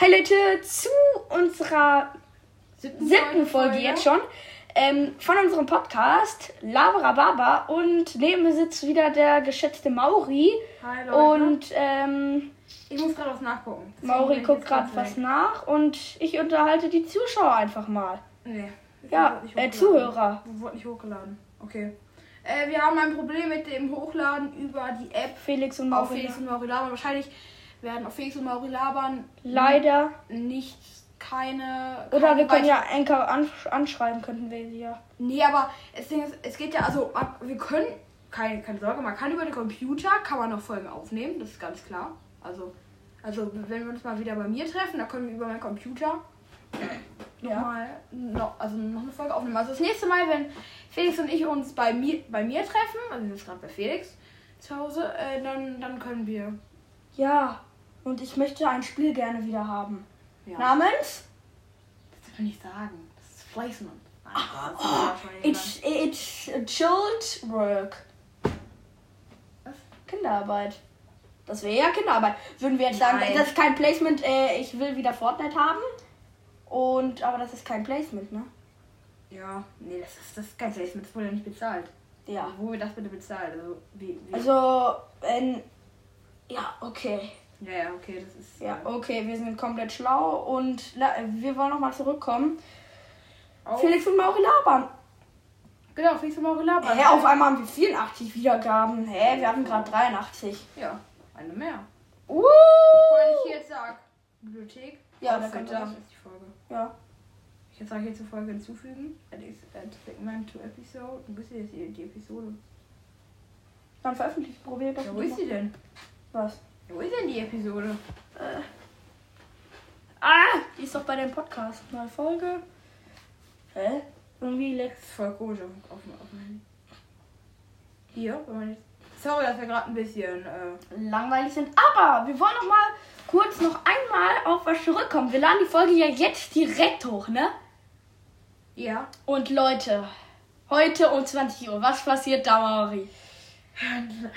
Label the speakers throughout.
Speaker 1: Hi Leute, zu unserer
Speaker 2: Siebten,
Speaker 1: siebten Folge jetzt schon ähm, von unserem Podcast Labra Baba und neben mir sitzt wieder der geschätzte Mauri
Speaker 2: Hi, Leute.
Speaker 1: und ähm,
Speaker 2: ich muss gerade was nachgucken. Deswegen bin
Speaker 1: Mauri
Speaker 2: ich
Speaker 1: guckt
Speaker 2: jetzt
Speaker 1: gerade
Speaker 2: ganz
Speaker 1: was nach und ich unterhalte die Zuschauer einfach mal.
Speaker 2: Nee. das
Speaker 1: Ja,
Speaker 2: wurde nicht
Speaker 1: äh,
Speaker 2: hochgeladen.
Speaker 1: Zuhörer.
Speaker 2: Wurde nicht hochgeladen. Okay. Äh, wir haben ein Problem mit dem Hochladen über die App
Speaker 1: Felix und
Speaker 2: auf
Speaker 1: Mauri.
Speaker 2: Felix und Mauri labern. Wahrscheinlich werden auf Felix und Mauri labern
Speaker 1: Leider.
Speaker 2: nicht keine.
Speaker 1: Oder
Speaker 2: keine-
Speaker 1: wir können ja Enker ansch anschreiben, könnten wir sie ja.
Speaker 2: Nee, aber das Ding ist, es geht ja, also ab- wir können, keine, keine Sorge, man kann über den Computer, kann man noch Folgen aufnehmen, das ist ganz klar. Also, also wenn wir uns mal wieder bei mir treffen, dann können wir über meinen Computer nochmal, noch, also noch eine Folge aufnehmen. Also das nächste Mal, wenn Felix und ich uns bei mir, bei mir treffen, also wir sind jetzt gerade bei Felix zu Hause, äh, dann, dann können wir.
Speaker 1: Ja. Und ich möchte ein Spiel gerne wieder haben.
Speaker 2: Ja.
Speaker 1: Namens?
Speaker 2: das darf man nicht sagen. Das ist Oh, Fleißmann. Nein, Ah, das darf man nicht sagen.
Speaker 1: It's, it's child work.
Speaker 2: Was?
Speaker 1: Kinderarbeit. Das wäre ja Kinderarbeit. Würden wir jetzt sagen,
Speaker 2: Nein.
Speaker 1: das ist kein Placement, äh, ich will wieder Fortnite haben. Und aber das ist kein Placement, ne?
Speaker 2: Ja, nee, das ist das ganze, das wurde ja nicht bezahlt.
Speaker 1: Ja.
Speaker 2: Wo wir das bitte bezahlt? Also, wie, wie?
Speaker 1: Also, wenn. Ja, okay.
Speaker 2: ja, ja, okay, das ist. äh,
Speaker 1: Ja, okay, wir sind komplett schlau und la- äh, wir wollen nochmal zurückkommen.
Speaker 2: Auf,
Speaker 1: Felix und Mauri labern.
Speaker 2: genau, Felix und Mauri labern.
Speaker 1: Hä, auf einmal haben wir 84 Wiedergaben. Hä, wir hatten gerade 83.
Speaker 2: Ja, eine mehr.
Speaker 1: Uh!
Speaker 2: Wenn ich jetzt sag, Bibliothek.
Speaker 1: Ja,
Speaker 2: das
Speaker 1: da könnt ihr
Speaker 2: das
Speaker 1: das-
Speaker 2: ist die Folge.
Speaker 1: Ja.
Speaker 2: Ich jetzt sage hierzu Folge hinzufügen. Add ex- add segment to episode. Wo ist die jetzt die, die Episode?
Speaker 1: Dann veröffentlicht, probiert das.
Speaker 2: Ja, wo ist die denn?
Speaker 1: Was?
Speaker 2: Ja, wo ist denn die Episode?
Speaker 1: Ah, die ist doch bei dem Podcast. Neue Folge. Hä? Irgendwie letzte.
Speaker 2: Das ist voll komisch auf, auf, auf dem Handy. Hier, wenn man jetzt. Sorry, dass wir gerade ein bisschen. Äh,
Speaker 1: langweilig sind. Aber wir wollen noch mal kurz noch einmal auf was zurückkommen. Wir laden die Folge ja jetzt direkt hoch, ne?
Speaker 2: ja.
Speaker 1: Und Leute, heute um 20 Uhr, was passiert da, Mauri?
Speaker 2: Eine,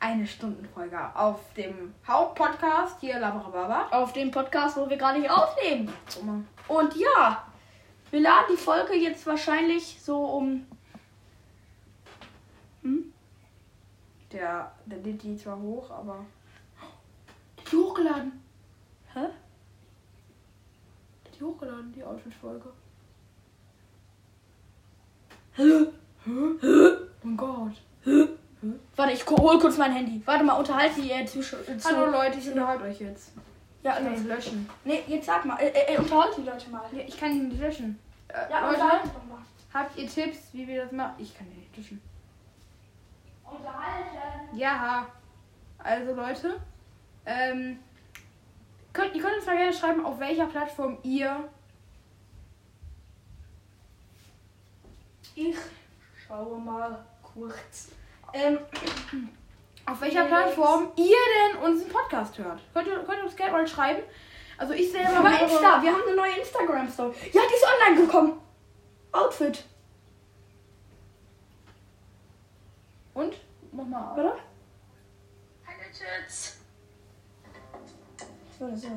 Speaker 2: eine Stundenfolge auf dem Hauptpodcast hier Labrababa.
Speaker 1: Auf dem Podcast, wo wir gerade nicht aufnehmen.
Speaker 2: Oma.
Speaker 1: Und ja, wir laden die Folge jetzt wahrscheinlich so um...
Speaker 2: Der, der lädt die zwar hoch, aber. Der hat die hochgeladen.
Speaker 1: Hä?
Speaker 2: Der hat die hochgeladen, die Outfit-Folge. Oh Mein Gott.
Speaker 1: Warte, ich hol kurz mein Handy. Warte mal, unterhalte die äh, zwischen... äh, zu-
Speaker 2: Hallo Leute, ich unterhalte euch jetzt.
Speaker 1: Ja,
Speaker 2: Ich kann das
Speaker 1: nee.
Speaker 2: löschen.
Speaker 1: nee, jetzt sag mal. Äh, äh, äh, unterhalte die Leute mal.
Speaker 2: Ich kann ihn nicht löschen. Äh,
Speaker 1: Ja,
Speaker 2: Leute,
Speaker 1: unterhalte doch mal.
Speaker 2: habt ihr Tipps, wie wir das machen? Ich kann ihn nicht löschen.
Speaker 1: Unterhalten.
Speaker 2: Ja, also Leute, ähm, könnt, ihr könnt uns mal gerne schreiben, auf welcher Plattform ihr.
Speaker 1: Ich schaue mal kurz. Ähm,
Speaker 2: Auf welcher
Speaker 1: Felix.
Speaker 2: Plattform ihr denn unseren Podcast hört. Könnt ihr, könnt ihr uns gerne mal schreiben. Also ich selber.
Speaker 1: aber
Speaker 2: höre-
Speaker 1: Insta, wir haben eine neue Instagram-Story. Ja, die ist online gekommen. Outfit,
Speaker 2: Und? Mach mal ab.
Speaker 1: oder? So, so.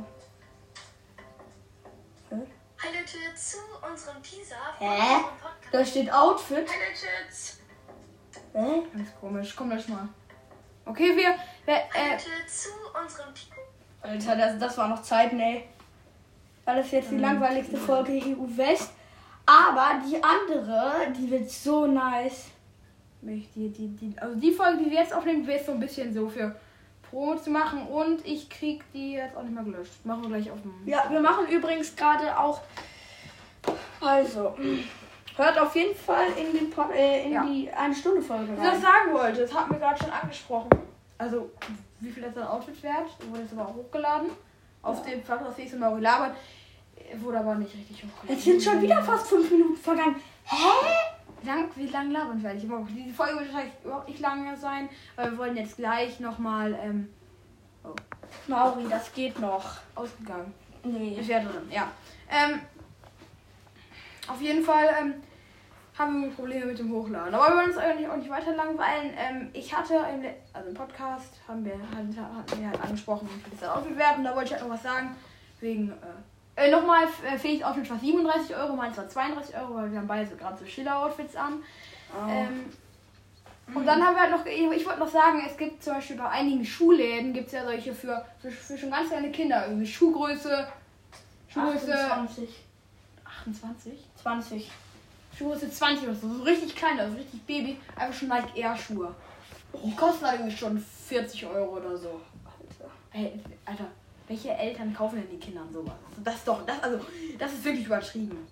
Speaker 3: Hallo Tür zu unserem Teaser von
Speaker 1: Hä?
Speaker 3: unserem Podcast.
Speaker 1: Da steht Outfit.
Speaker 3: Hallo Tütz.
Speaker 1: Hä?
Speaker 2: Ganz komisch. Komm lösch mal. Okay, wir. wir
Speaker 3: Hallo
Speaker 2: äh,
Speaker 3: Tür zu unserem Teaser.
Speaker 1: Alter, das, das war noch Zeiten, ey. Weil das ist jetzt die langweiligste Folge EU West. Aber die andere, die wird so nice.
Speaker 2: mich- die, die, die, also die Folge, die wir jetzt aufnehmen, wäre so ein bisschen so für Promo zu machen. Und ich krieg die jetzt auch nicht mehr gelöscht. Machen wir gleich auf dem.
Speaker 1: Ja, wir machen übrigens gerade auch. Also, hört auf jeden Fall in, den Pod, äh, in
Speaker 2: Ja.
Speaker 1: die eine Stunde Folge
Speaker 2: Was ich
Speaker 1: rein.
Speaker 2: sagen wollte, das hatten wir gerade schon angesprochen. Also, wie viel ist das Outfit wert? Wurde jetzt aber auch hochgeladen. Auf dem Fach, das nächste Mal gelabert. Wurde aber nicht richtig hochgeladen.
Speaker 1: Jetzt sind schon wieder fast fünf Minuten vergangen. Hä?
Speaker 2: Lang, wie lang labern werde ich überhaupt? Diese Folge wird wahrscheinlich überhaupt nicht lange sein, weil wir wollen jetzt gleich nochmal ähm,
Speaker 1: Mauri, das geht noch.
Speaker 2: ausgegangen.
Speaker 1: Nee.
Speaker 2: Ich werde drin, ja. Ähm, auf jeden Fall ähm, haben wir Probleme mit dem Hochladen. Aber wir wollen uns eigentlich auch nicht weiter langweilen. Ähm, ich hatte im, Le- also im Podcast, haben wir, hatten, hatten wir halt angesprochen, wie viel es dann ausgewertet. Da wollte ich halt noch was sagen. Wegen, äh, äh nochmal, äh, Felix Outfit war 37 Euro, meins war 32 Euro, weil wir haben beide so gerade so Schiller-Outfits an. Ähm, und dann haben wir halt noch, ich wollte noch sagen, es gibt zum Beispiel bei einigen Schuhläden, gibt es ja solche für, für, für schon ganz kleine Kinder, irgendwie Schuhgröße, Schuhgröße
Speaker 1: 28.
Speaker 2: 28,
Speaker 1: 20.
Speaker 2: Schuhgröße 20 oder so, so richtig klein, also richtig Baby, einfach schon Nike Air Schuhe. Die kosten halt irgendwie schon 40 Euro oder so.
Speaker 1: Alter.
Speaker 2: Hey, Alter, welche Eltern kaufen denn den Kindern sowas? Also das ist doch, das, also, das ist wirklich übertrieben.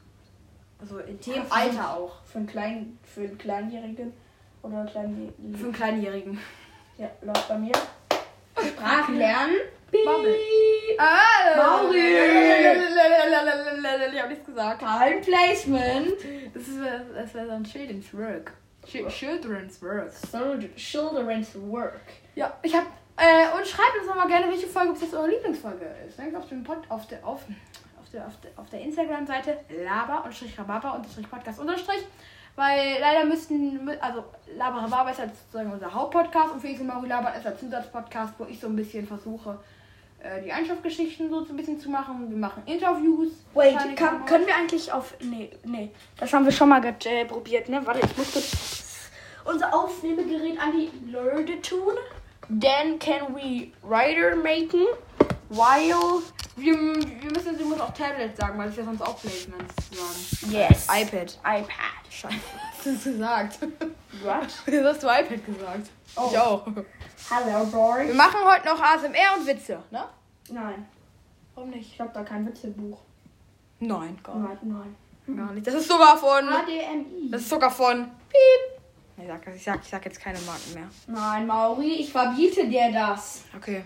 Speaker 2: Also in dem
Speaker 1: Ach,
Speaker 2: Alter auch.
Speaker 1: Für einen kleinen, für einen Kleinjährigen oder Kleinjährigen.
Speaker 2: Für einen Kleinjährigen.
Speaker 1: Ja, läuft bei mir. Sprachen lernen.
Speaker 2: Bubble. Ah,
Speaker 1: Mauri!
Speaker 2: Ich hab nichts gesagt.
Speaker 1: Kein Placement.
Speaker 2: Das, ist, das wäre so ein Children's Work. Chi- Children's Work.
Speaker 1: Soldier- Children's work.
Speaker 2: Ja, ich hab. Äh, und schreibt uns nochmal gerne, welche Folge bis jetzt eure Lieblingsfolge ist. Dann auf dem Pod, auf der, auf, auf der, auf der, auf der Instagram-Seite laber und rababa unterstrich podcast unterstrich. Weil leider müssten, mü- also Laber Rhabarber ist halt sozusagen unser Hauptpodcast und Felix und Mauri labern ist der Zusatzpodcast, wo ich so ein bisschen versuche, äh, die Einschlafgeschichten so ein bisschen zu machen. Wir machen Interviews.
Speaker 1: Wait,
Speaker 2: wahrscheinlich
Speaker 1: kann,
Speaker 2: nochmal.
Speaker 1: können wir eigentlich auf. Nee, nee. Das haben wir schon mal get, äh, probiert, ne? Warte, ich muss kurz unser Aufnehmegerät an die Lörde tun. Then can we Rider machen. While.
Speaker 2: Wir, wir müssen jetzt übrigens auch Tablet sagen, weil es ja sonst auch Placements sagen.
Speaker 1: Yes.
Speaker 2: iPad.
Speaker 1: iPad. Scheiße.
Speaker 2: Hast du gesagt?
Speaker 1: What?
Speaker 2: Jetzt hast du iPad gesagt.
Speaker 1: Oh.
Speaker 2: Ich auch.
Speaker 1: Hello, boy.
Speaker 2: Wir machen heute noch ASMR und Witze, ne?
Speaker 1: Nein,
Speaker 2: Warum nicht?
Speaker 1: ich hab da kein Witzebuch.
Speaker 2: Nein, gar
Speaker 1: Nein, nein.
Speaker 2: nicht. Gar nicht. Das ist sogar von.
Speaker 1: HDMI.
Speaker 2: Das ist sogar von. Piep. Ich sag, ich sag, ich sag jetzt keine Marken mehr.
Speaker 1: Nein, Mauri, ich verbiete dir das.
Speaker 2: Okay.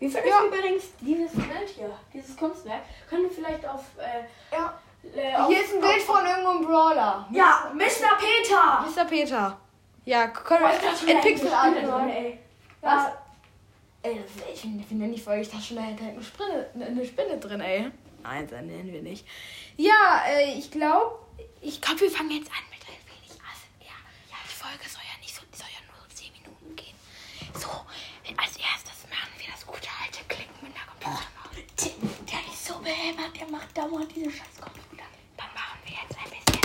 Speaker 1: Wie findest
Speaker 2: Ja.
Speaker 1: du übrigens dieses Bild hier, dieses Kunstwerk? Können wir vielleicht auf. Äh,
Speaker 2: Ja.
Speaker 1: äh, auf
Speaker 2: Hier ist ein Bild von irgendeinem Brawler.
Speaker 1: Ja, Mr. Peter!
Speaker 2: Mr. Peter. Ja, können
Speaker 1: Was ist das für
Speaker 2: wir. In
Speaker 1: ein
Speaker 2: Pixel
Speaker 1: Bild, Leute,
Speaker 2: an.
Speaker 1: ey?
Speaker 2: Was?
Speaker 1: Was?
Speaker 2: Ey, das ist, Äh, ich finde nicht voll, ich dachte schon, da hätte halt eine Spinne, eine Spinne drin, ey. Nein, dann nennen wir nicht. Ja, äh, ich glaube, ich glaube, wir fangen jetzt an mit ein wenig ASMR. Ja, die Folge soll ja nicht so, die soll ja nur 10 Minuten gehen. So, als erstes machen wir das gute alte Klicken mit einer Computermaus. Oh, Der ist so behämmert, der macht dauernd diese scheiß Computer. Dann machen wir jetzt ein bisschen.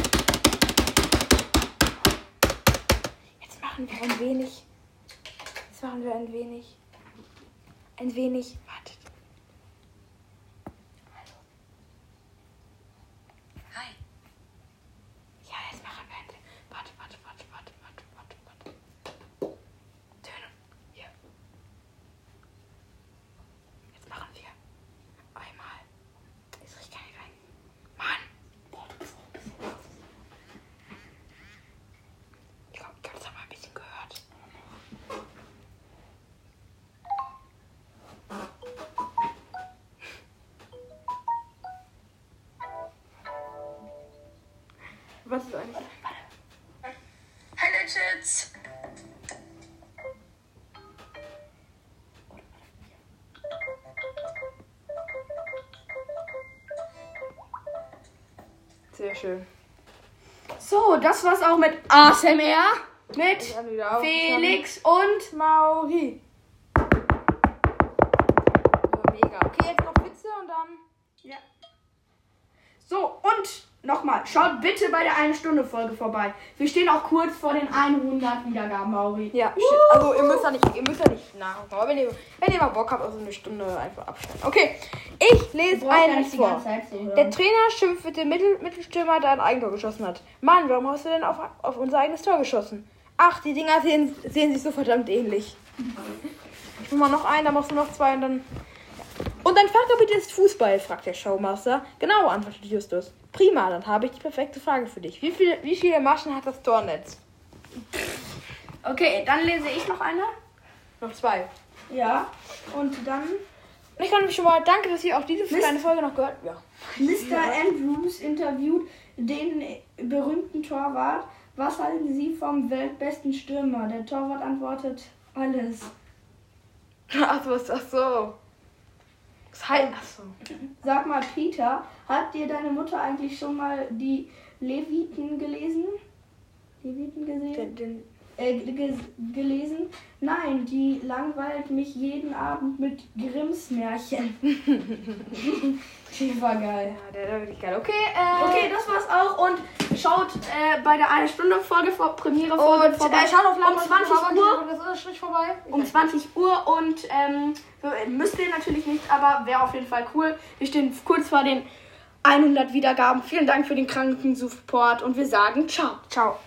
Speaker 2: Jetzt machen wir ein wenig. Jetzt machen wir ein wenig. Ein wenig. Wartet.
Speaker 3: Hi.
Speaker 2: Ja, jetzt machen wir ein wenig. Warte, warte, warte, warte, warte, warte, warte. Töne. Hier. Jetzt machen wir. Einmal. Jetzt riecht keiner rein. Mann. Boah, du bist auch ein bisschen krass. Ich glaube, ich habe das mal ein bisschen gehört. Was ist eigentlich?
Speaker 3: Hallo Kids.
Speaker 2: Sehr schön.
Speaker 1: So, das war's auch mit ASMR. Mit
Speaker 2: kann wieder auf.
Speaker 1: Felix und Mauri.
Speaker 2: mega. Okay, jetzt noch Witze und dann.
Speaker 1: So, und nochmal, schaut bitte bei der 1-Stunde-Folge vorbei. Wir stehen auch kurz vor den 100 Wiedergaben, Mauri.
Speaker 2: Ja, shit. also ihr müsst ja nicht, ihr müsst ja nicht nachgucken. Aber wenn ihr, wenn ihr mal Bock habt, also eine Stunde einfach abschalten. Okay, ich
Speaker 1: Ihr
Speaker 2: lese
Speaker 1: braucht ja
Speaker 2: einen
Speaker 1: nicht die
Speaker 2: vor.
Speaker 1: ganze Zeit zuhören.
Speaker 2: Der Trainer schimpft mit dem Mittel Mittelstürmer, der ein Eigentor geschossen hat. Mann, warum hast du denn auf, auf unser eigenes Tor geschossen? Ach, die Dinger sehen, sehen sich so verdammt ähnlich. Ich mach mal noch einen, dann machst du noch zwei und dann. Und dein Fachgebiet ist Fußball, fragt der Showmaster. Genau, antwortet Justus. Prima, dann habe ich die perfekte Frage für dich. Wie viele, wie viele Maschen hat das Tornetz?
Speaker 1: Okay, dann lese ich noch eine.
Speaker 2: Noch zwei.
Speaker 1: Ja, und dann
Speaker 2: Und ich kann mich schon mal danke, dass ihr auch diese kleine Folge noch gehört habt. Ja.
Speaker 1: Mr. Andrews interviewt den berühmten Torwart. Was halten Sie vom weltbesten Stürmer? Der Torwart antwortet alles.
Speaker 2: Ach, was, ach so. Das heißt, ach so.
Speaker 1: Sag mal, Peter, hat dir deine Mutter eigentlich schon mal die Leviten gelesen? Leviten gesehen?
Speaker 2: Den, den, äh, ge- gelesen. Nein, die langweilt mich jeden Abend mit Grimms Märchen. die war geil.
Speaker 1: Ja, der war wirklich geil. Okay, äh.
Speaker 2: Okay, das war's auch und schaut äh, bei der eine Stunde Folge vor Premiere Folge
Speaker 1: Und
Speaker 2: vorbei.
Speaker 1: äh, schaut auf
Speaker 2: um 20 Uhr.
Speaker 1: Das ist ein Schritt vorbei.
Speaker 2: Um 20 Uhr und ähm, müsst ihr natürlich nicht, aber wäre auf jeden Fall cool. Wir stehen kurz vor den 100 Wiedergaben. Vielen Dank für den kranken Support und wir sagen ciao. Ciao.